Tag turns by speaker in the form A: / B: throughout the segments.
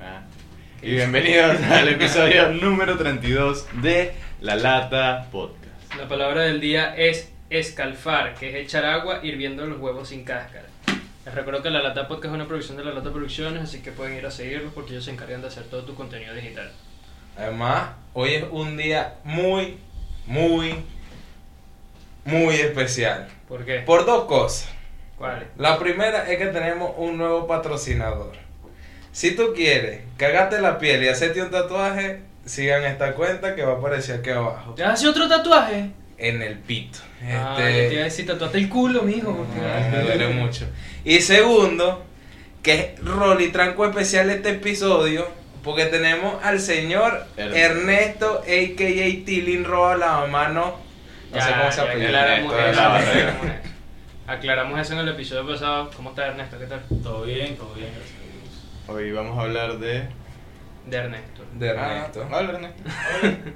A: Ah.
B: Y bienvenidos al episodio número 32 de La Lata Podcast.
C: La palabra del día es escalfar, que es echar agua hirviendo los huevos sin cáscara. Les recuerdo que La Lata Podcast es una producción de La Lata Producciones, así que pueden ir a seguirlos porque ellos se encargan de hacer todo tu contenido digital.
B: Además, hoy es un día muy, muy, muy especial.
C: ¿Por qué?
B: Por dos cosas.
C: ¿Cuáles?
B: La primera es que tenemos un nuevo patrocinador. Si tú quieres cagarte la piel y hacerte un tatuaje, sigan esta cuenta que va a aparecer aquí abajo.
C: ¿Te has hecho otro tatuaje?
B: En el pito.
C: Ah,
B: Este-
C: yo te iba a decir, tatuaste el culo, mijo. porque-
B: Ah, me duele mucho. Y segundo, que es rol y tranco especial este episodio, porque tenemos al señor
A: Ernesto.
B: Ernesto, a.k.a. Tilín Roba la mano. No sé
C: Ya,
B: cómo se
C: ya
B: apellida.
C: aclaramos
B: Ernesto de
C: eso,
B: la Barrera.
C: aclaramos eso. Aclaramos eso en el episodio pasado. ¿Cómo está Ernesto? ¿Qué tal?
D: Todo bien, todo bien, gracias a Dios.
A: Hoy vamos a hablar de.
C: De Ernesto.
B: De Ernesto.
A: Ah, habla Ernesto.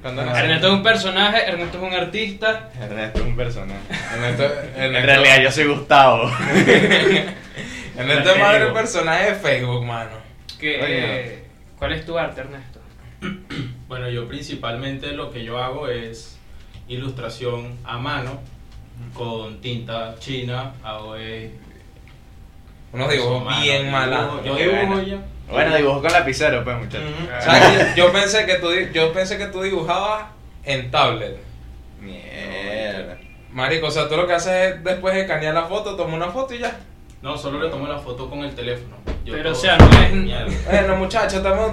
A: Cuando
D: Ah,
A: nace.
C: Ernesto es un personaje, Ernesto es un artista,
A: Ernesto es un personaje.
B: Ernesto,
A: En realidad, yo soy Gustavo.
B: Ernesto es más
A: Ernesto.
B: un personaje de Facebook, mano.
C: ¿Qué,
A: Oye.
C: eh, ¿Cuál es tu arte, Ernesto?
D: Bueno, yo principalmente lo que yo hago es ilustración a mano con tinta china, hago eh,
B: Unos dibujos
D: eso, mano.
B: bien malandros.
D: Yo
A: Qué
D: dibujo
A: buena.
D: ya.
A: Bueno, dibujo con lapicero, pues, muchachos.
B: O
C: Ah,
B: sea, yo, yo pensé que tú, di- yo pensé que tú dibujabas en tablet.
A: Mierda.
B: Marico, o sea, tú lo que haces es después de escanear la foto, toma una foto y ya.
D: No, solo le tomo la foto con el teléfono. Yo
C: Pero, o
D: todo-
C: sea, no es-
D: Mierda.
B: Bueno, muchachos, estamos.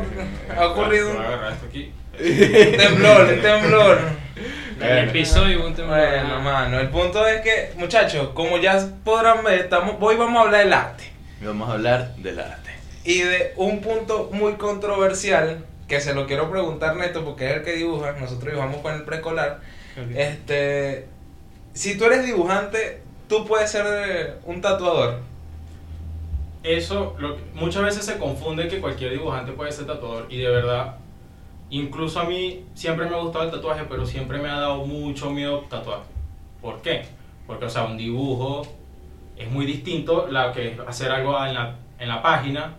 B: Ha ocurrido
D: Voy a
B: un
D: agarrar esto aquí.
B: temblor, un temblor.
C: En el
A: Bueno.
C: piso y un temblor.
B: Bueno, mano, el punto es que, muchachos, como ya podrán ver, estamos, hoy vamos a hablar del arte.
A: Vamos a hablar del arte.
B: Y de un punto muy controversial, que se lo quiero preguntar Neto, porque es el que dibuja, nosotros dibujamos con el preescolar. Este, si tú eres dibujante, tú puedes ser eh, un tatuador.
D: Eso, lo que- muchas veces se confunde que cualquier dibujante puede ser tatuador y de verdad, incluso a mí siempre me ha gustado el tatuaje, pero siempre me ha dado mucho miedo tatuar. ¿Por qué? Porque, o sea, un dibujo es muy distinto la que es hacer algo en la, en la página.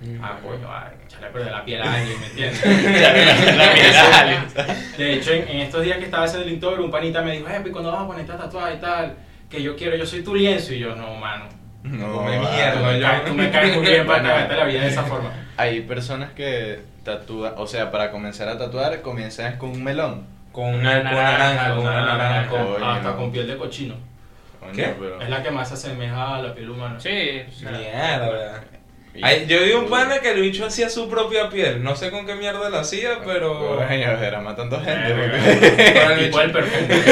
B: Mm.
D: Ah, coño, ay, echarle a perder la piel a alguien, ¿me entiendes?
A: Ya me la- la mirada, Alex.
D: De hecho, en, en estos días que estaba haciendo el interior, un panita me dijo, Epi, cuando vas a poner esta tatuaje y tal? Que yo quiero, yo soy tu lienzo. Y yo, no, mano.
A: No,
B: Come
A: mano.
D: Tú me
B: mierda.
D: caes- tú me caes muy bien para cagarte la vida de esa forma.
A: Hay personas que tatúan, o sea, para comenzar a tatuar, comienzan con un melón.
B: Con una con naranja, con una naranja.
D: con-
A: Coño,
D: hasta
A: no.
D: con piel de cochino.
A: Coño,
B: ¿Qué?
A: pero-
D: Es la que más se asemeja a la piel humana.
C: Sí, o sea,
B: Mierda. Ay, yo vi un pana que el bicho hacía su propia piel. No sé con qué mierda la hacía,
A: Ah,
B: pero.
A: Coño, verá matando gente. porque-
B: Para el
D: Tipo el
B: bicho.
D: perfume.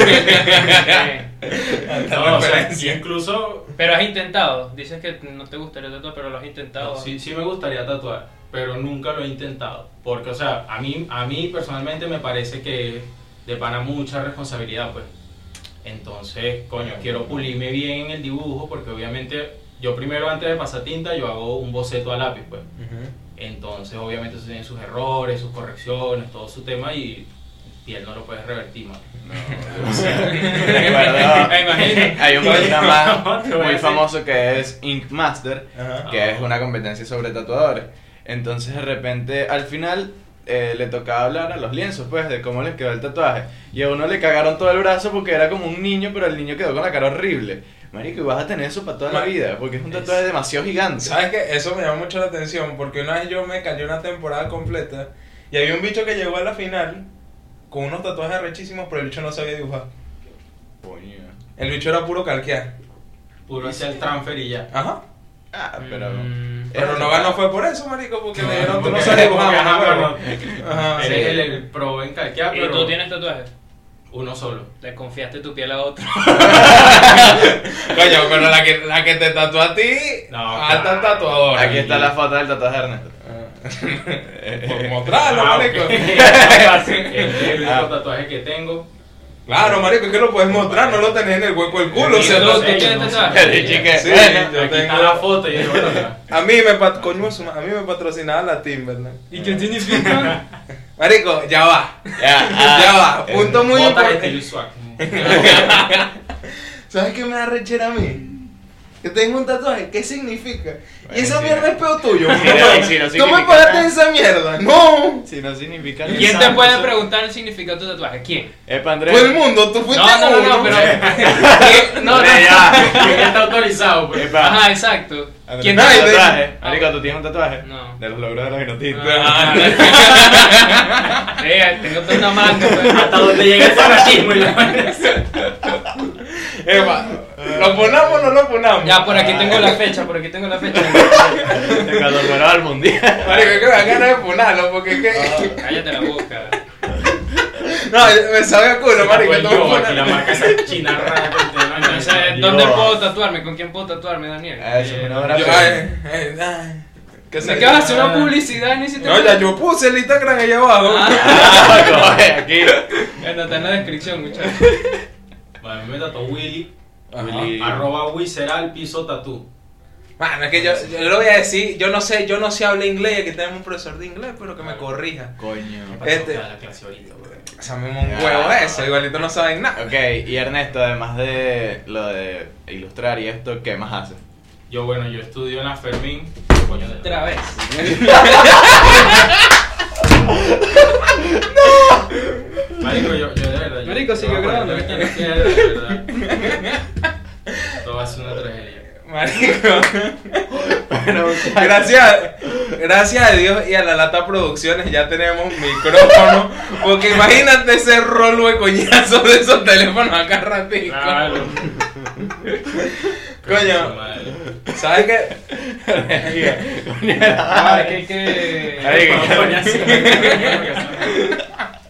C: sí.
D: No, o sea,
B: referencia.
D: incluso
C: Pero has intentado. Dices que no te gustaría tatuar, pero lo has intentado.
D: no, sí, sí me gustaría tatuar, pero nunca lo he intentado. Porque, o sea, a mí, a mí personalmente me parece que de pana mucha responsabilidad, pues. Entonces, coño, quiero pulirme bien en el dibujo porque obviamente yo primero antes de pasar tinta yo hago un boceto a lápiz, pues.
B: Ujú.
D: Entonces, obviamente, eso tiene sus errores, sus correcciones, todo su tema y piel no lo puedes revertir, mano.
A: Me acuerdo.
C: Me imagino.
A: Hay un programa
D: Te voy a
A: muy
D: decir.
A: famoso que es Ink Master,
B: Ajá.
A: que es una competencia sobre tatuadores. Entonces de repente al final eh, le tocaba hablar a los lienzos pues de cómo les quedó el tatuaje. Y a uno le cagaron todo el brazo porque era como un niño, pero el niño quedó con la cara horrible. Marico, y vas a tener eso para toda la
B: Ma-
A: vida, porque es un
D: es-
A: tatuaje demasiado gigante.
B: ¿Sabes qué? Eso me llamó mucho la atención porque una vez yo me cayó una temporada completa y había un bicho que llegó a la final con unos tatuajes rechísimos, pero el bicho no sabía dibujar.
A: Coño.
B: El bicho era puro calquear.
D: Puro hacer el transfer y ya.
B: Ajá.
A: Ah, pero...
C: Mm,
B: Pero no ganó fue por eso, marico, porque le dijeron, tú no
D: Porque-
B: sabes dibujar,
D: porque, ajá,
B: mamá,
D: bueno,
B: huevo". Ajá.
D: Eres
A: sí.
D: el, el pro en calquear,
C: ¿Y
D: pero
C: tú tienes tatuajes?
D: uno solo.
C: Le confiaste tu piel a otro.
B: Coño, pero la que, la que te tatuó a ti,
D: No,
B: alta
D: claro.
B: tatuadora.
A: Aquí está la foto del tatuaje de Ernesto.
B: Por mostrarlo,
D: Ah,
B: Eh, marico.
D: ok. Es el único
A: Ah.
D: tatuaje que tengo.
B: Claro, marico, es que lo puedes mostrar, no lo tenés en el hueco del culo. o
C: Y
B: sea,
C: no
B: no-
C: sé. tienes tatuaje?
A: Pero, chica,
B: Sí.
A: bueno,
B: yo
D: Aquí está
B: tengo-
D: la foto y yo, bueno, ya.
B: a mí me pat- coño, su ma- a mí me patrocinaba la Timberland.
C: ¿Y qué significa?
B: Marico, ya va.
A: ya, ah,
B: ya va.
C: eh,
B: Punto muy
D: Botas
B: importante.
D: estilo swag.
C: este.
B: ¿Sabes qué me da rechera a mí? que tengo un tatuaje, ¿qué significa? y esa
A: sí.
B: mierda es peo tuyo.
C: Quiere decir, no
B: ¿Tú me
C: significa
B: pagaste
C: nada.
B: esa mierda? No.
A: Si no significa nada.
C: ¿Quién te
D: Exacto,
C: puede
D: exacto.
C: preguntar el significado de tu tatuaje? ¿Quién?
A: Epa, Andrés.
B: Todo el mundo, tú fuiste
C: No, no, no,
B: uno.
C: no, pero. ¿Quién? No, no.
A: Hombre, ya.
D: ¿Quién está autorizado? pues?
A: Epa.
C: Ajá, exacto.
A: Andrés,
C: ¿Quién
A: ¿tú
C: te
A: tienes
B: Ay, de-
A: un tatuaje? Marico, ¿tú tienes un tatuaje?
C: No.
A: De los logros de los inotistas.
C: Ah, Eh, tengo toda una manga. pues.
D: Hasta
C: pero-
D: donde llega el fascismo y la
B: Epa, ¿lo ponamos o no lo ponamos?
C: Ya, por aquí tengo la fecha, por aquí tengo la fecha.
A: Te caloró al
C: Ah.
A: mundial.
B: Marico, es que me dan ganas de ponarlo porque es que.
C: Cállate la boca.
B: No, me sabe a culo, marico.
D: Fue
B: todo
D: yo,
B: pone-
D: aquí la marca esa china rara.
C: Entonces,
D: Entonces,
C: ¿dónde
A: Dios.
C: puedo tatuarme? ¿Con quién puedo tatuarme, Daniel? Eh,
A: Ah, Eso es una hora.
B: Yo, ay, ay, ay.
C: ¿Qué
B: ¿Qué se-
C: vas a hacer una publicidad en ese
B: No, ya yo puse el Instagram ahí abajo.
A: Ah, coge, aquí.
C: Bueno, está en la descripción, muchachos.
D: Vale, me tatuó Willy.
C: Ah,
B: Ajá.
A: Willy.
D: Arroba Wiseral piso tatú.
B: Mano, es que yo, yo lo voy a decir, yo no sé, yo no sé hablar inglés, y aquí tenemos un profesor de inglés, pero que me corrija.
A: Coño.
C: Eh.
D: Para
B: Este-
D: tocar la clase ahorita, güey.
B: O sea, me mamó un huevo eso, igualito no saben nada.
A: Ok, y Ernesto, además de lo de ilustrar y esto, ¿qué más haces?
D: Yo, bueno, yo estudio en la Fermín. Coño de la-
C: Otra vez.
D: Marico, yo, yo de verdad. yo-
C: Marico, sigue
D: yo-
C: grabando,
D: yo-
C: ¿qué
D: yo-
C: quieres?
D: yo- de verdad. Esto va a ser una tragedia.
B: Marico.
A: Bueno,
B: Gracias, gracias a Dios y a la Lata Producciones ya tenemos micrófono. Porque imagínate ese rolo de coñazo de esos teléfonos acá ratito.
D: Claro.
B: Coño.
D: Madre.
B: ¿Sabes qué?
C: Ah, que que.
A: Ahí, que-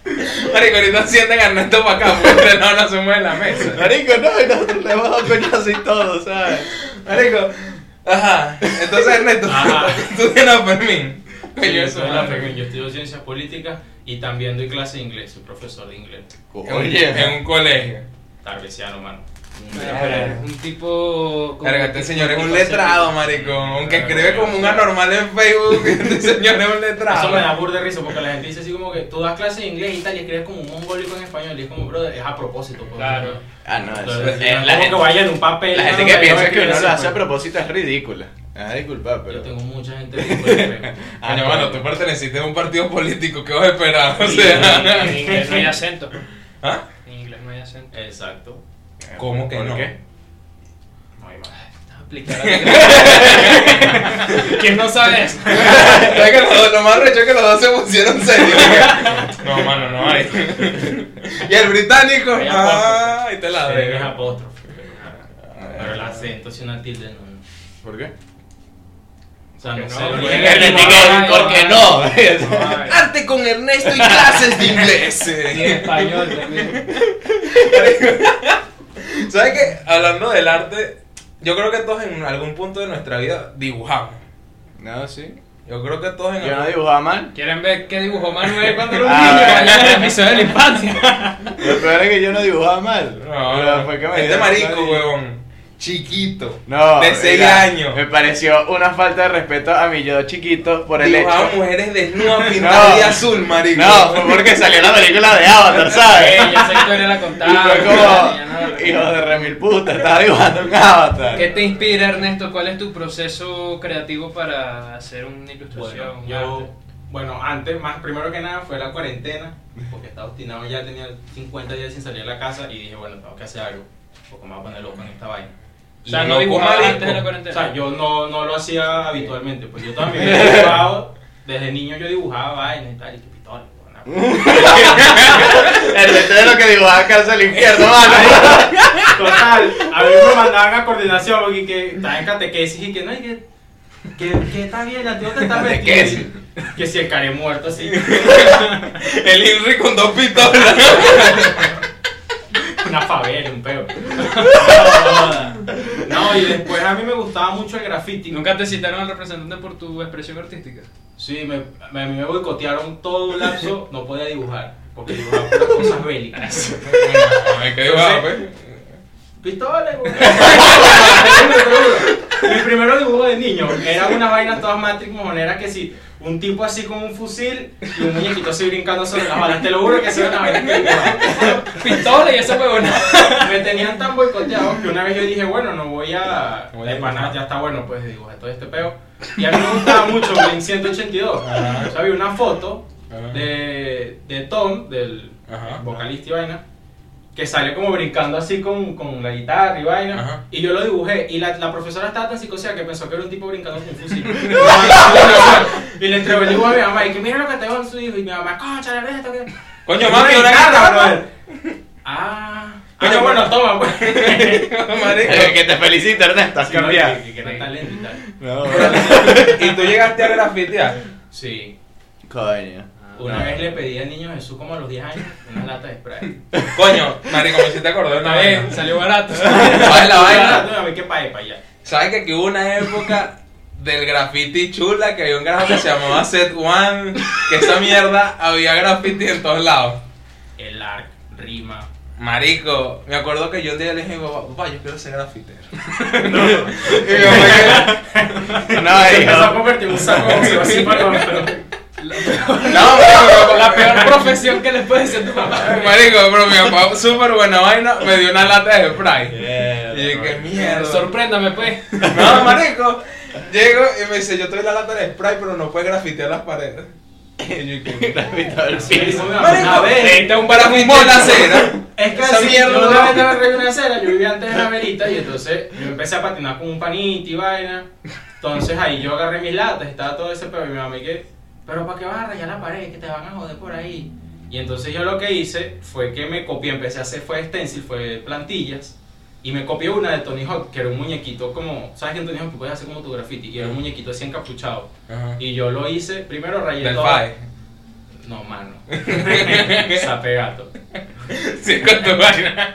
B: Marico, ahorita sienten a Ernesto para acá porque no, no se mueve la mesa.
A: Marico, no, y nosotros le hemos dado coñazo y todo, ¿sabes?
B: Marico, ajá. Entonces, Ernesto,
D: Ajá.
B: tú tienes a Fermín. Coño,
D: Sí, yo
B: eso
D: soy de la
B: madre.
D: Fermín, yo estudio ciencias políticas y también doy clase de inglés, soy profesor de inglés.
B: En, un- en un colegio.
D: Tarbesiano, mano.
C: Verga, Un tipo. como-
B: Verga, este señor es un
C: como-
B: letrado, marico. Aunque escribe como un anormal en Facebook, este señor es un letrado.
D: Eso me da burda de risa porque la gente dice así como que tú das clases de inglés y tal y escribes como un mongólico en español y es como, brother, es a propósito. pues.
C: Claro.
A: Ah, no, eso
D: Entonces,
A: es.
D: no
A: eh,
D: es
A: La
D: como que
A: gente,
D: vaya en un papel.
A: la gente
D: ¿no?
A: que
D: Yo
A: piensa
D: escribo
A: que uno
D: así,
A: lo hace a
D: pues.
A: propósito es ridícula. Ah, disculpa, pero.
D: Yo tengo mucha gente que
A: Ah,
B: Coño, mano, tú perteneciste a un partido político, ¿qué vas a esperar? O
C: En
B: sea,
C: inglés no hay acento.
B: ¿ah?
C: En inglés no hay acento.
D: Exacto.
B: ¿Cómo que
A: ¿Por
B: no?
A: qué?
D: No hay más.
C: Aplicar ¿Quién no sabe eso?
B: ¿Sabes que lo, lo más recho es que los dos se pusieron serios? no, mano, no hay. y el británico,
D: Hay
B: ah,
D: apóstrofe.
B: ahí te la
D: Sí, Es
B: dejo.
D: apóstrofe. pero- Pero el acento es una tilde no. no.
A: ¿Por qué?
D: O sea,
C: Que
D: no sé.
A: pues,
C: no,
D: el
C: porque
D: origen
C: es
D: del
C: que-
D: idioma.
C: porque
A: no.
C: Ay,
B: Arte con Ernesto y clases de inglés.
C: Y en español también.
B: ¿Sabes qué? Hablando del arte, yo creo que todos en algún punto de nuestra vida dibujamos.
A: No, sí.
B: Yo creo que todos en
A: Yo no
B: algún
A: dibujaba mal.
C: ¿Quieren ver qué dibujó Manuel cuando lo
A: Ah,
C: niño?
A: bueno.
C: Vayan a la emisión de la infancia.
A: Lo peor es que yo no dibujaba mal. Pero
B: No,
A: fue que me
B: este
A: dieron
B: marico,
A: mal y-
B: huevón. Chiquito.
A: No,
B: De seis
A: mira,
B: años.
A: Me pareció una falta de respeto a mi yo chiquito por el
B: Dibujaba
A: hecho.
B: mujeres desnudas pintadas
A: No.
B: de azul, marico.
A: No, fue porque salió la película de Avatar, ¿sabes?
C: Ey, ya esa historia la
A: Y
C: contaba.
A: fue
C: ya no la
A: como,
C: recuerdo.
A: hijo de remil puta, estaba dibujando un Avatar.
C: ¿Qué te inspira, Ernesto? ¿Cuál es tu proceso creativo para hacer una ilustración?
D: Bueno,
C: un
D: yo,
C: arte?
D: bueno, antes, más primero que nada fue la cuarentena, porque estaba obstinado, ya tenía 50 días sin salir a la casa y dije, bueno, tengo que hacer algo, porque me voy a poner loco en esta vaina.
C: O sea,
B: Y
C: no
B: loco,
C: dibujabas
B: marico.
C: antes de la
D: O
C: cuarentena.
D: sea, yo no, no lo hacía habitualmente, pues yo también he dibujado, desde niño yo dibujaba vainas y tal, y que pistola, bueno, nada.
A: El resto de lo que dibujaba Carlos al infierno, mano.
D: Total, a mí me mandaban a coordinación, porque que estaba en catequesis y que no, y que, que, que está bien, la tío te está
A: Catequesis.
D: metiendo. Que si el care muerto así,
B: El Henry con dos pistolas.
D: una favela, un peo. No, y después a mí me gustaba mucho el graffiti.
C: ¿Nunca te citaron al representante por tu expresión artística?
D: Sí, me, me, a mí me boicotearon todo un lapso, no podía dibujar, porque dibujaba puras cosas bélicas.
B: Ay, qué dibujaba, pues.
D: Pistoles, güey. Mi primer dibujo de niño era unas vainas todas Matrix mojoneras que sí, un tipo así con un fusil y un muñequito así brincando sobre las balas. Te lo juro que sí, una vaina. que dibujaba.
C: Pistola y esa huevona.
D: Me tenían tan boicoteados que una vez yo dije, bueno, no voy a.
B: Voy a
D: de
B: dibujar.
D: panas, ya está bueno, pues digo, todo este peo. Y a mí me gustaba mucho Blink 182.
B: Ajá.
D: O sea, había una foto
B: Ajá.
D: de, de Tom, del
B: Ajá.
D: vocalista y vaina, que sale como brincando así con, con la guitarra y vaina.
B: Ajá.
D: Y yo lo dibujé. Y la, la profesora estaba tan psicoseada que pensó que era un tipo brincando con un fusil. y le entregó el dibujo a mi mamá. Y que mira lo que tengo en su hijo. Y mi mamá, concha, la verdad, que.
B: Coño, mami, una
D: carta,
B: carta,
D: Ah.
B: Coño,
D: Coño, bueno, toma, pues.
A: Eh, que
B: Marico.
A: te felicito, Ernesto, has cambiado.
D: Que- que- que era
C: Sí.
D: talento y tal.
A: No,
B: ¿Y tú llegaste a ah. grafitear?
D: Sí. Ah.
A: coño.
D: Una
A: No.
D: vez le pedí al niño Jesús como a los 10 años una lata de spray.
B: Coño, marico, me hiciste acordar una vez.
C: salió barato.
B: ¿Sabes la
D: Una
B: vaina?
D: lata, A ver qué pae para allá.
B: ¿Sabes que aquí hubo una época del graffiti chula que había un grafito que se llamaba Set One? Que esa mierda había graffiti en todos lados.
D: El arc, rima.
B: Marico, me acuerdo que yo un día le dije a mi papá, papá, yo quiero ser grafitero.
A: Y mi mamá que- No,
D: Se
A: hijo.
D: empezó a convertir en un saco de boxeo así para
B: No, pero
C: La peor profesión que le puedes decir a tu papá.
B: Marico, pero mi papá, súper buena vaina, me dio una lata de spray.
A: Yeah,
B: Y dije, qué
A: no.
B: mierda.
C: Sorpréndame, pues.
B: No, marico. Llego y me dice, yo estoy la lata de spray, pero no puedes grafitear las paredes. Y yo, ¿qué?
A: Grafitado el piso.
D: A ver.
B: Este es un grafiteo en la acera.
D: Es que
B: Esa
D: así,
B: mierda
D: yo
B: no.
D: una vez estaba arriba de una acera, yo vivía antes de la verita y entonces yo empecé a patinar con un panito y vaina. Entonces ahí yo agarré mis latas, estaba todo ese pedo y mi mamá y que, pero ¿para qué vas a rayar la pared? Que te van a joder por ahí. Y entonces yo lo que hice fue que me copié, empecé a hacer, fue stencil, fue plantillas. Y me copié una de Tony Hawk, que era un muñequito como, ¿sabes que en Tony Hawk tú puedes hacer como tu graffiti? Y era un muñequito así encapuchado. Y yo lo hice, primero rayé
B: Del
D: todo.
B: FAE.
D: No, mano. Zapegato.
B: Sí, con tu vaina.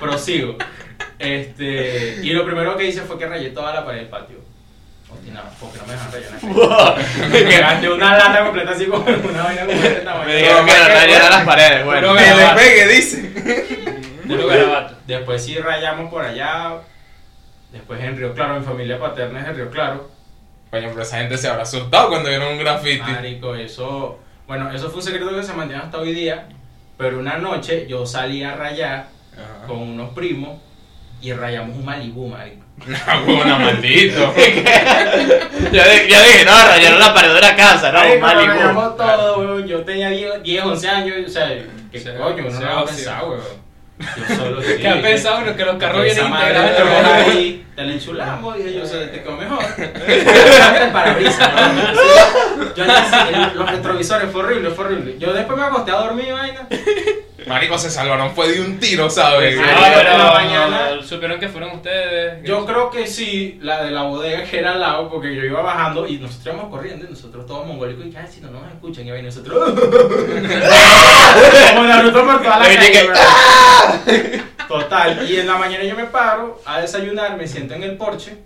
D: Prosigo. Este, y lo primero que hice fue que rayé toda la pared del patio. Hostia, no, porque no me dejan rayar la pared. Me gasté una lata completa así como una vaina como de este
A: Me
D: tamaño.
A: dijeron que la realidad de las paredes,
B: No
A: bueno.
B: me despegue, dice.
C: Puro garabato.
D: Después sí rayamos por allá. Después en Río Claro, mi familia paterna es de Río Claro.
B: Coño, pero esa gente se habrá asustado cuando vieron un graffiti.
D: Marico, eso. Bueno, eso fue un secreto que se mantiene hasta hoy día. Pero una noche yo salí a rayar
B: Ajá.
D: con unos primos y rayamos un Malibú, marico.
B: Una huevona, maldito.
A: Yo, di- yo dije, no, rayaron la pared de la casa, no,
D: Ay,
A: un
D: cuando me
A: Malibu.
D: llamó todo, weón. Yo tenía 10, 10, 11 años, o sea, que
C: Sí,
D: coño, uno
C: sí,
D: no lo ha
C: sí.
D: pensado, weón. Yo solo
C: ¿Qué ha pensado uno que los carros vienen integrados en
D: te
C: el
D: lo
C: garabato?
D: ahí, te la enchulamos, dije yo, se te quedó mejor. Cambiaste el parabrisas, ¿no? Sí. Yo nací, el- los retrovisores, fue horrible, fue horrible. Yo después me acosté a dormir, vaina.
B: Marico, se salvaron, fue de un tiro, ¿sabes?
D: Sí.
C: No,
D: Ay,
C: pero
D: la Ah, mañana.
C: no, supieron que fueron ustedes.
D: Yo creo que sí, la de la bodega que era al lado, porque yo iba bajando y nosotros íbamos corriendo y nosotros todos mongólicos y que, ay, si no nos escuchan, y vaina, y nosotros. Como Naruto por toda la
A: Oye,
D: calle,
A: que-
D: ¿verdad? "Ah". Total, y en la mañana yo me paro a desayunar, me siento en el porche.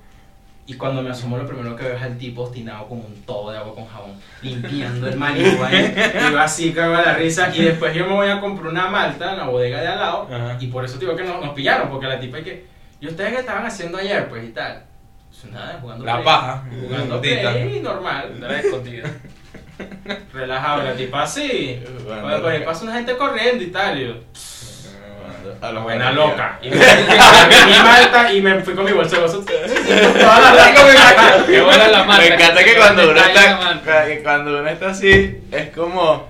D: Y cuando me asomo, lo primero que veo es al tipo obstinado con un todo de agua con jabón, limpiando el Malibu ahí. Y yo así cago de la risa. Y después yo me voy a comprar una malta en la bodega de al lado.
B: Ajá.
D: Y por eso te digo que nos, nos pillaron, porque la tipa es que. ¿Y ustedes qué estaban haciendo ayer? Pues y tal. Pues nada, jugando.
B: La
D: play.
B: paja.
D: Jugando
B: Maldita.
D: play, normal.
C: Era escondida.
D: Relajado, la tipa así.
A: Bueno,
D: Bueno, por ahí pasa una gente corriendo y tal. Y yo,
A: A lo
D: Buena
A: mejor-
D: loca. Y me, mi malta y me fui con mi bolsa de bolsos. Toda la lata con mi malta.
C: Qué buena la marca.
A: Me encanta que
C: se
A: cuando uno
C: detalle la
A: está
C: marca.
A: que cuando uno está así es como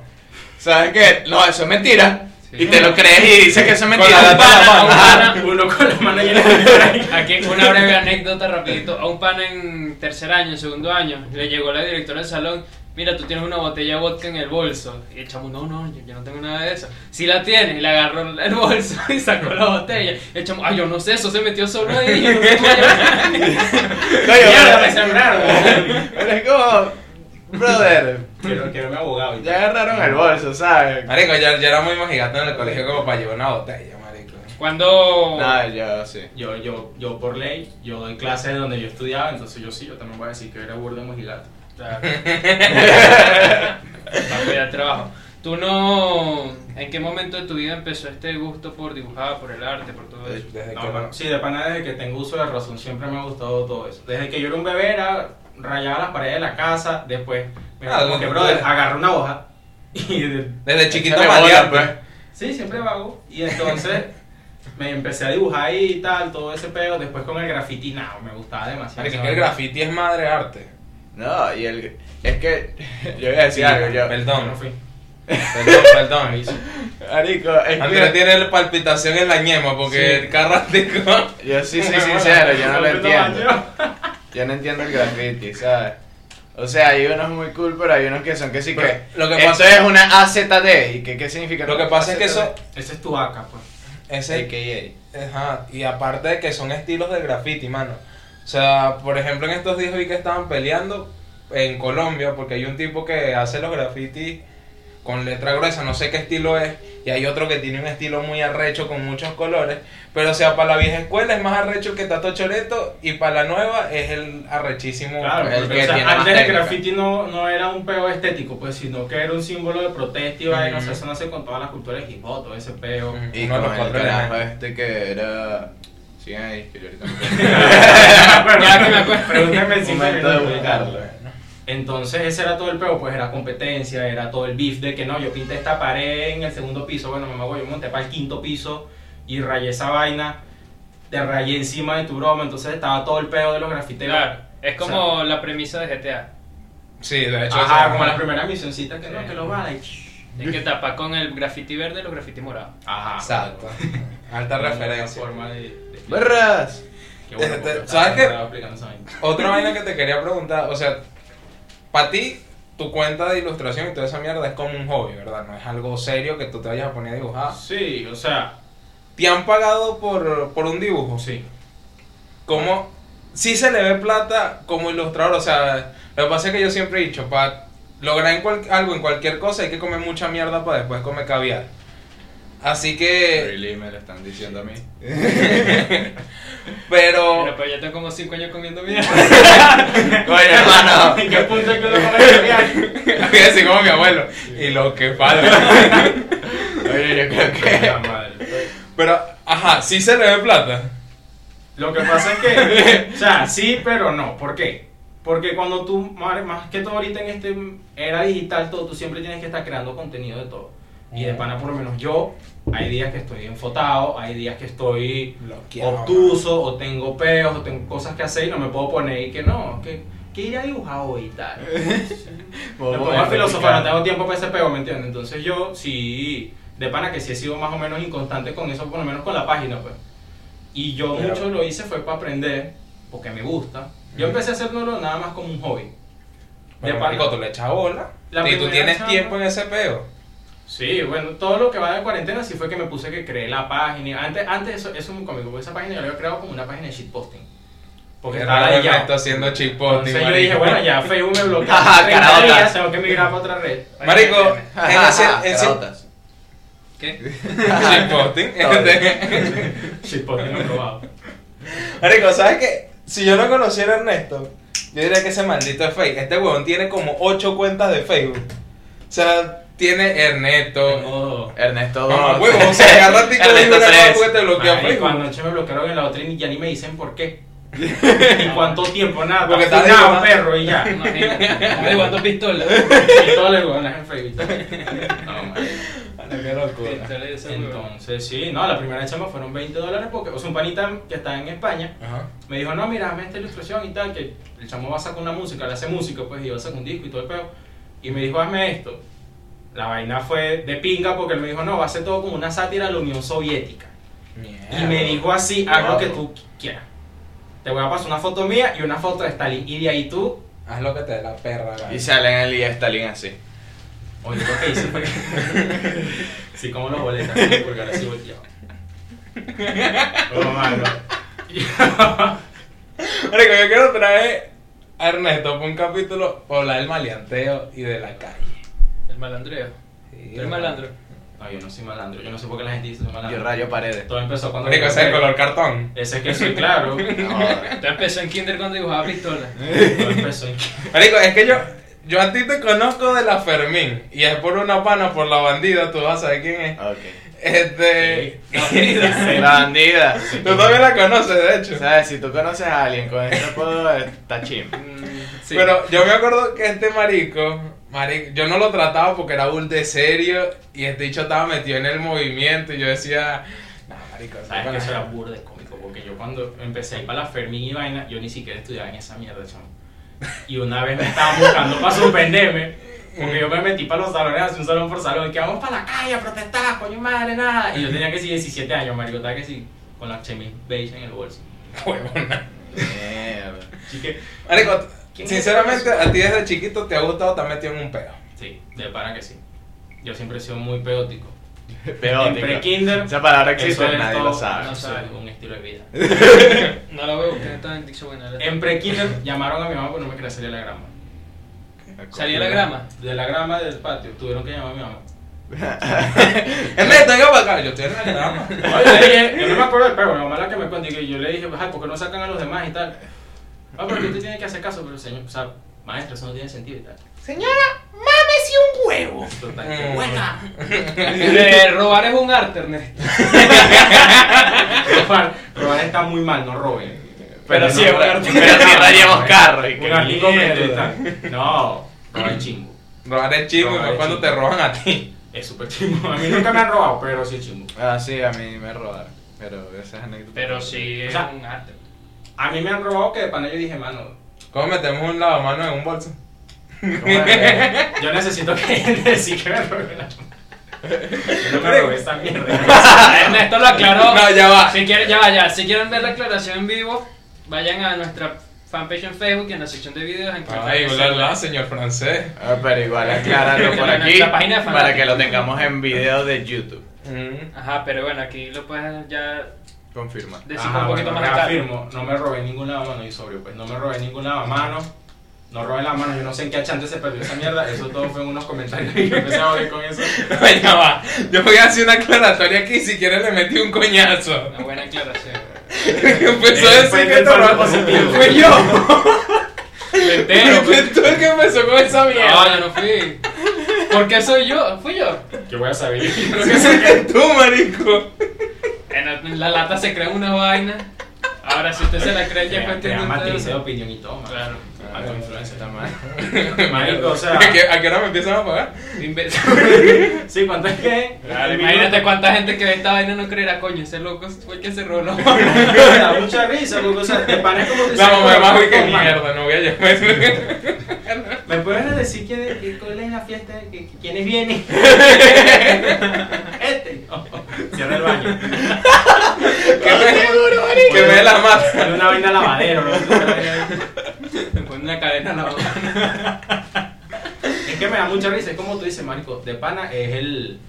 A: ¿sabes qué? No, eso es mentira.
C: Sí.
A: Y te lo crees y dices que eso es
B: Con
A: mentira.
B: la data en la mano.
A: Ajá.
C: pana.
D: Uno con la mano llena de
C: Aquí una breve anécdota rapidito. A un pan en tercer año, en segundo año, le llegó la directora del salón. Mira, tú tienes una botella de vodka en el bolso. Y el chamo, no, no, yo, yo no tengo nada de eso. Si la tienes, y le agarró el bolso y sacó la botella. El chamo, ah, yo no sé, eso se metió solo ahí. yo no sé cómo yo-".
A: Coño,
D: Mierda, me
A: pero-
D: sembraron.
A: pero es como brother,
D: Quiero, quiero mi abogado. y
A: ya
D: tal.
A: agarraron el bolso, ¿sabes?
B: Marico, yo, yo era muy magigato en el colegio como para llevar una botella, marico.
C: Cuando.
A: No, yo sí.
D: Yo, yo, yo por ley, yo doy clases de donde yo estudiaba, entonces yo sí, yo también voy a decir que era burda de mojigato.
C: Claro. Para cuidar trabajo. ¿Tú no. ¿En qué momento de tu vida empezó este gusto por dibujar, por el arte, por todo eso?
B: Desde
D: No,
B: que-
D: bueno, sí, de pana desde que tengo uso de razón siempre me ha gustado todo eso. Desde que yo era un bebé era rayaba las paredes de la casa, después me
B: Ah,
D: como
B: lo
D: que
B: que
D: brother,
B: puedas.
D: agarra una hoja y de-
B: Desde chiquito
A: Échale bola,
B: maleante.
A: pues.
D: sí, siempre vago y entonces me empecé a dibujar ahí y tal, todo ese pedo. Después con el graffiti, no, me gustaba demasiado.
B: Marico, es que el graffiti es madre arte.
A: No, y el. Es que. Yo voy a decir algo, yo.
B: Perdón,
D: No fui.
B: perdón, perdón.
A: Arico, es
B: Andrés
A: que.
B: tiene la palpitación en la ñema porque
A: Sí.
B: el carrático.
A: Yo sí soy sincero, yo no lo
D: Completo
A: entiendo.
D: baño.
A: Yo no entiendo el graffiti, ¿sabes? O sea, hay unos muy cool, pero hay unos que son que sí que.
B: Pero lo que
A: esto
B: pasa-
A: es una AZD. ¿Y qué, qué significa?
B: Lo que pasa es que eso.
D: Ese es tu AK, pues.
B: Ese,
A: AKA.
B: Ajá, y aparte de que son estilos de graffiti, mano. O sea, por ejemplo, en estos días vi que estaban peleando en Colombia porque hay un tipo que hace los grafitis con letra gruesa, no sé qué estilo es, y hay otro que tiene un estilo muy arrecho con muchos colores, pero o sea, para la vieja escuela es más arrecho que Tato Choreto y para la nueva es el arrechísimo.
D: Claro,
A: El
D: porque,
A: que
D: o sea,
A: tiene más
D: antes el
A: técnica.
D: graffiti no, no era un peo estético, pues, sino que era un símbolo de protesta y vaina. O sea,
B: Ujú.
D: eso nace con todas las culturas de hip hop, todo ese peo.
B: Ujú.
A: Y
B: Uno
A: con
B: de los
A: el
B: cuatro
A: carajo
B: elementos.
A: este que era. Sigan ahí, que yo ahorita
C: Ya que me acuerdo.
D: Pregúntame si me
A: Momento de
D: acuerdo.
A: buscarlo.
D: Entonces ese era todo el peo, pues era competencia, era todo el beef de que no, yo pinté esta pared en el segundo piso, bueno, me voy, yo monté para el quinto piso y rayé esa vaina, te rayé encima de tu broma, entonces estaba todo el peo de los grafiteros.
C: Claro, es como la premisa de GTA.
B: Sí, de hecho,
D: Ajá,
B: sí.
D: como la primera misioncita que no, que lo van
C: Hay que tapar con el graffiti verde y los graffiti morados.
D: Ajá.
B: Exacto. Alta
D: Una
B: referencia.
D: forma de- de-
A: ¡Barras!
D: Qué bueno,
B: Este,
D: porque
B: ¿sabes qué?
D: estaba aplicando esa vaina.
B: Otra vaina que te quería preguntar, o sea, para ti, tu cuenta de ilustración y toda esa mierda es como un hobby, ¿verdad? No es algo serio que tú te vayas a poner a dibujar.
D: Sí, o sea,
B: ¿Te han pagado por, por un dibujo?
D: sí.
B: ¿Cómo? Sí se le ve plata como ilustrador, o sea, lo que pasa es que yo siempre he dicho, para lograr en cual- algo en cualquier cosa hay que comer mucha mierda para después comer caviar. Así que,
A: Really me lo están diciendo a mí.
B: pero...
C: Pero pues yo tengo como 5 años comiendo mierda.
A: Coño, hermano.
D: ¿En qué punto es que uno come cereal?
B: Así como mi abuelo. Y lo que falta.
A: Oye, yo creo que.
D: La madre.
B: Pero, ajá, sí se le ve plata.
D: Lo que pasa es que, o sea, sí, pero no. ¿Por qué? Porque cuando tú, madre, más que todo ahorita en este era digital, todo, tú siempre tienes que estar creando contenido de todo. Y de pana, por lo menos yo, hay días que estoy enfotado, hay días que estoy obtuso, o tengo peos, o tengo cosas que hacer y no me puedo poner y que no, que, que ir a dibujar hoy y tal. Me pongo a filosofar, no tengo tiempo para ese peo, ¿me entiendes? Entonces yo sí, de pana que sí he sido más o menos inconstante con eso, por lo menos con la página, pues. Y yo
B: Claro.
D: mucho lo hice fue para aprender, porque me gusta. Yo
B: Ujú.
D: empecé a hacerlo nada más como un hobby.
B: De
D: De
B: marico,
D: pana.
B: tú le echas bola.
D: La
B: y tú
D: primera
B: tienes
D: chamba-
B: tiempo en ese peo.
D: Sí, bueno, todo lo que va de cuarentena sí fue que me puse que creé la página. Antes, antes eso, eso es muy cómico, porque esa página yo la había creado como una página de shitposting. Porque
B: Qué
D: estaba
B: raro
D: ahí
B: me
D: ya.
B: está haciendo chipote.
D: Entonces yo dije, bueno, ya Facebook me bloqueó.
A: Ajá,
D: 30
A: carota.
D: días, tengo que migrar para otra red.
B: Marico, en ese. en ese-
A: Carotas.
C: ¿Qué?
B: Chipote. este-
A: Todo.
D: Shitposting no probado.
B: Marico, ¿sabes qué? Si yo no conociera a Ernesto, yo diría que ese maldito es fake. Este huevón tiene como 8 cuentas de Facebook. O sea, tiene Ernesto.
D: Tengo-
A: Ernesto.
B: Mamá,
A: dos.
B: huevo, o sea, agarra tico de
A: Ernesto
B: una nueva
A: tres.
B: porque te bloquea
D: Marico,
B: Facebook.
D: anoche me bloquearon en la otra y ya ni me dicen por qué. ¿Y cuánto tiempo? Nada,
B: Porque
D: porque
B: estás
D: nada,
B: dibujando.
D: perro y ya.
C: Imagínate. Me levantó pistola.
D: Y todos los huevones en Facebook. No, marico.
B: Marico, qué locura.
C: Pistola y ese huevón.
D: Entonces, sí, no, la primera chamba fueron 20 dólares porque, o sea, un panita que está en España
B: Ajá.
D: me dijo, no, mira, hazme esta ilustración y tal, que el chamo va a sacar una música, le hace música, pues, y va a sacar un disco y todo el pedo. Y me dijo, hazme esto. La vaina fue de pinga porque él me dijo, no, va a ser todo como una sátira a la Unión Soviética. Y me dijo así, haz lo que tú quieras. Te voy a pasar una foto mía y una foto de Stalin. Y de ahí tú,
B: Haz lo que te dé la perra, gana.
A: Y salen el y Stalin así.
D: oye, lo que hice fue que... sí, como los boletas, porque ahora sí volteaba. Pero, mano,
B: Marico, yo quiero traer a Ernesto por un capítulo para hablar del maleanteo y de la calle.
C: El malandreo. El malandro.
D: No, yo no soy malandro. Yo no sé por qué la gente dice que soy malandro.
A: Yo rayo paredes.
D: Todo empezó cuando...
B: Marico, ese es el color cartón.
D: Ese es que soy claro. Todo
A: No,
C: Te empezó en kinder cuando dibujaba pistola.
D: empezó en...
B: Marico, es que yo, yo a ti te conozco de la Fermín y es por una pana, por la bandida, tú vas a saber quién es.
A: ok.
B: Este.
A: La bandida.
B: Tú también la conoces, de hecho.
A: ¿Sabes? Si tú conoces a alguien con este apodo, está chim.
C: Mm, sí.
B: Pero yo me acuerdo que este marico, marico, yo no lo trataba porque era bull de serio y este dicho estaba metido en el movimiento y yo decía, "No, marico.
D: ¿Sabes Ah, que
B: bueno,
D: eso era burde cómico? Porque yo cuando empecé a ir para la Fermín y vaina, yo ni siquiera estudiaba en esa mierda, chamo. Y una vez me estaban buscando para suspenderme, porque yo me metí para los salones, así un salón por salón, que vamos para la calle a protestar, coño madre, nada. Y yo tenía que sí 17 años, marico, estaba que sí, con la chemis beige en el bolso.
B: huevona.
A: Mierda.
D: Así que,
B: Marico,
D: ¿Quién
B: sinceramente,
D: es?
B: a ti desde chiquito te ha gustado estar metido en un pedo.
D: sí, de para que sí. Yo siempre he sido muy peótico. En
A: Peótica.
D: pre-kinder,
A: Esa palabra existe,
D: eso es
A: nadie
D: todo-
A: lo sabe.
D: No sabe,
C: Sí.
D: un estilo de vida.
C: No la voy a buscar está en diccionario.
D: En pre-kinder llamaron a mi mamá porque no me quería salir a la grama.
C: ¿Salí a la grama?
D: De la grama del patio, tuvieron que llamar a mi mamá.
B: En vez de venga para acá, pues, yo estoy en la cama.
D: Yo le dije, yo no me acuerdo del perro, mi mamá la que me cuenta y que yo le dije, ay, ¿por qué no sacan a los demás y tal? Ah, pero usted tiene que hacer caso, pero señor, o sea, maestra, eso no tiene sentido y tal. Señora, mámese un huevo. Total, que
B: Mm.
D: hueca.
C: Eh, robar es un arte, Ernesto.
D: Robar, robar está muy mal, no roben.
A: Pero sí, es un
D: roben.
A: artículo. Pero sí, rayamos carro y
D: Un
A: qué
D: artículo
A: mierda.
D: y tal. No, robar chingo.
B: Robar el chisme
D: Robar
B: no
D: el
B: es cuando
D: chisme.
B: te roban a ti.
D: Es súper chingo. A mí nunca me han robado, pero sí es chingo.
A: Ah, sí, a mí me robaron. Pero esa es anécdota.
C: Pero sí es
D: O sea,
C: un arte.
D: A mí me han robado que de pana yo dije, mano,
B: ¿Cómo metemos un lavamano en un bolso?
D: yo necesito que alguien decir que me robé la Yo no me robé esta mierda.
C: Ernesto lo aclaró.
B: No, ya va.
C: Si quieren, ya va, ya. Si quieren ver la aclaración en vivo, vayan a nuestra fanpage en Facebook y en la sección de videos. encuentran
B: Ay,
C: ese
B: hola,
C: link.
B: hola, señor francés.
A: Ah, pero igual aclararlo por
C: En
A: aquí
C: nuestra página de
A: para que lo
C: fanáticos.
A: tengamos en video de YouTube.
B: Mm.
C: Ajá, pero bueno, aquí lo puedes ya
A: Confirma.
C: decir
D: Ajá,
C: un poquito
D: bueno,
C: más tarde.
D: reafirmo, no me robé ningún lavamano y sobrio, pues no me robé ningún lavamano. No robé la mano, yo no sé en qué achante se perdió esa mierda. Eso todo fue en unos comentarios y yo empecé a joder con eso.
B: Ya va. Yo voy a hacer una aclaratoria aquí y si quieres le metí un coñazo.
C: Una buena aclaración.
B: Que empezó a
D: Eh, fue
B: decir que
D: del
B: te
D: falso
B: robaron.
D: positivo.
B: Fue yo.
C: Entero,
B: Fue
C: pues.
B: tú el que empezó con esa
C: No,
B: mierda.
C: yo no fui. ¿Por qué soy yo? Fui yo.
D: Yo voy a saber.
B: Creo que fuiste tú, marico.
C: En la, en la lata se crean unas vainas. Ahora, si usted se la cree, ya es
D: Te
C: cuestión de
D: matriz de
C: ustedes.
D: opinión y todo, man.
C: Claro.
D: Mato influencer, está mal. Marico, o sea.
B: ¿A qué, a qué hora me empiezan a pagar?
C: Imbécil.
D: Sí, ¿cuánto es que?
C: Claro, imagínate cuánta gente que ve esta vaina no creerá, coño, ese loco fue el que se robó.
D: Me da mucha risa, porque, o sea, de pana es como que
B: La
D: se-
B: mamá de Majo, que
D: con mano.
B: mierda, no voy a llamar.
D: ¿Me puedes decir quién es, qué- cuál es la fiesta? ¿Qué- qué- ¿Quiénes vienen? este. No, Cierra el baño.
B: Que me, que me la mata.
D: Pon una vaina lavadero. ¿no? Es
C: Me pone una cadena en la boca.
D: que me da mucha risa. Es como tú dices, Marico. De pana es el.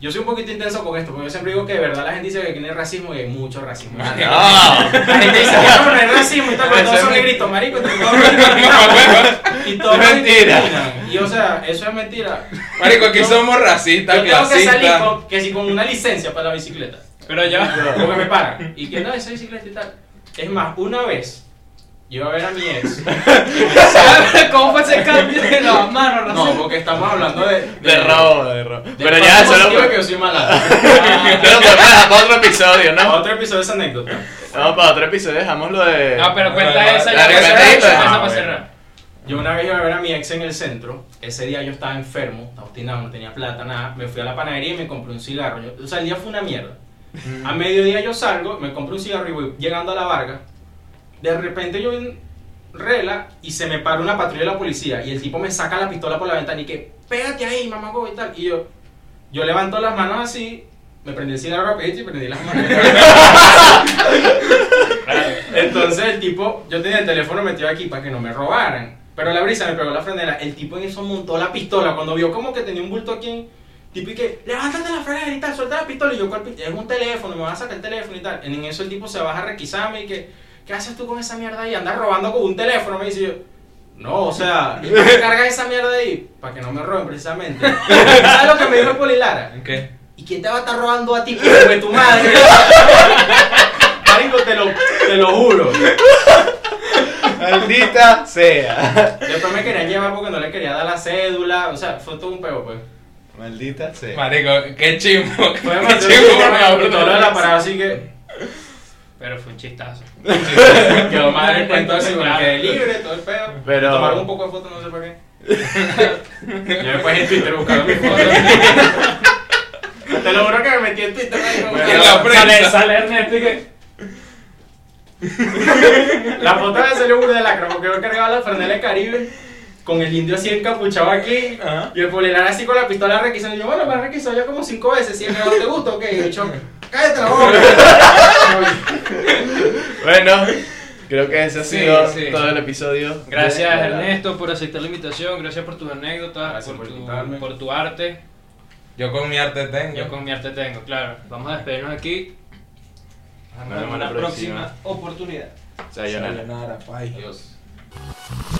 D: Yo soy un poquito intenso con esto, porque yo siempre digo que de verdad la gente dice que tiene racismo y hay mucho racismo. La
B: Ah,
A: No.
D: gente dice que no, no es racismo y tal, pero todos son negritos, marico. y todos son negritos, Y todos
A: Es mentira.
D: discriminan. Y o sea, eso es mentira.
B: Marico, aquí
D: Yo-
B: somos racistas,
D: Yo tengo que salir
B: clasistas.
D: con, que si con una licencia para la bicicleta.
C: Pero ya.
D: Porque me paran. Y que no, esa bicicleta y tal. Es más, una vez yo iba a ver a mi ex.
C: ¿Cómo fue ese cambio de la mano,
D: No, porque estamos hablando de.
A: De robo, de robo.
D: de
A: Pero
D: parte
A: ya, solo
D: positiva que
A: fue.
D: yo soy malado.
A: Pero para para otro episodio,
D: Ah,
A: ¿no?
D: Otro episodio de esa anécdota.
A: No, para otro episodio dejamos lo de.
C: No, pero
B: No,
C: cuenta
B: no,
C: esa
B: la
C: ya
B: que
C: para
B: se
C: cerrar,
B: hizo.
C: esa
A: Ah,
C: para
A: bueno.
C: cerrar.
D: Yo una vez iba a ver a mi ex en el centro. Ese día yo estaba enfermo, estaba obstinado, no tenía plata, nada. Me fui a la panadería y me compré un cigarro. Yo- o sea, el día fue una mierda. A mediodía yo salgo, me compro un cigarro y voy llegando a la barca. De repente yo en rela y se me para una patrulla de la policía y el tipo me saca la pistola por la ventana y que, pégate ahí, mamago y tal. Y yo, yo levanto las manos así, me prendí el cigarro rapidito y prendí las manos. Entonces el tipo, yo tenía el teléfono metido aquí para que no me robaran. Pero la brisa me pegó la frenera. El tipo en eso montó la pistola. Cuando vio como que tenía un bulto aquí, en- tipo y que, levántate la frenera y tal, suelta la pistola. Y yo, "¿Cuál pi-? Es un teléfono, me vas a sacar el teléfono y tal. En eso el tipo se baja a requisarme y que, ¿qué haces tú con esa mierda ahí? Andas robando con un teléfono. Me dice yo, no, o sea, ¿y para qué cargas esa mierda ahí? Para que no me roben precisamente. ¿Sabes lo que me dijo el Polilara?
B: ¿Qué?
D: ¿Y quién te va a estar robando a ti? hijo de tu madre. Marico, te lo, te lo juro.
A: Maldita sea.
D: Después me querían llevar porque no le quería dar la cédula. O sea, fue todo un peo, pues.
A: Maldita sea.
B: Marico, qué chimbo. Qué
D: Fue
B: chimbo,
D: demasiado
B: por favor.
D: todo lo de la parada, así que. pues,
C: Pero fue un chistazo.
D: Quedó mal el cuento así, me quedé libre, todo el peo.
A: Pero-
D: Me Tomaron un poco de fotos, no sé por qué. Yo después en Twitter buscaron mi foto. Te lo juro que me metí en Twitter. marico.
B: Bueno, En la prensa.
C: Sale, sale Ernesto y que.
D: La foto me salió burda de lacra porque yo cargaba la franela de Caribe con el indio así encapuchado aquí
B: Ajá.
D: y el polerar así con la pistola requisando. Yo, bueno, me ha requisado ya como cinco veces. Si el regalo te gusta, ok. Y yo, cállate la boca.
A: Bueno, creo que ese ha
C: Sí,
A: sido
C: sí.
A: todo el episodio.
C: Gracias
A: De-
C: Ernesto por aceptar la invitación, gracias por tus anécdotas,
D: Gracias
C: por,
D: por
C: tu,
D: invitarme.
C: por tu arte.
B: Yo con mi arte tengo.
C: Yo con mi arte tengo, claro. Vamos a despedirnos aquí. Nos
A: vemos
C: vemos en
A: la
C: la próxima oportunidad.
A: Sayonara.
B: Sayonara, bye.
D: Dios.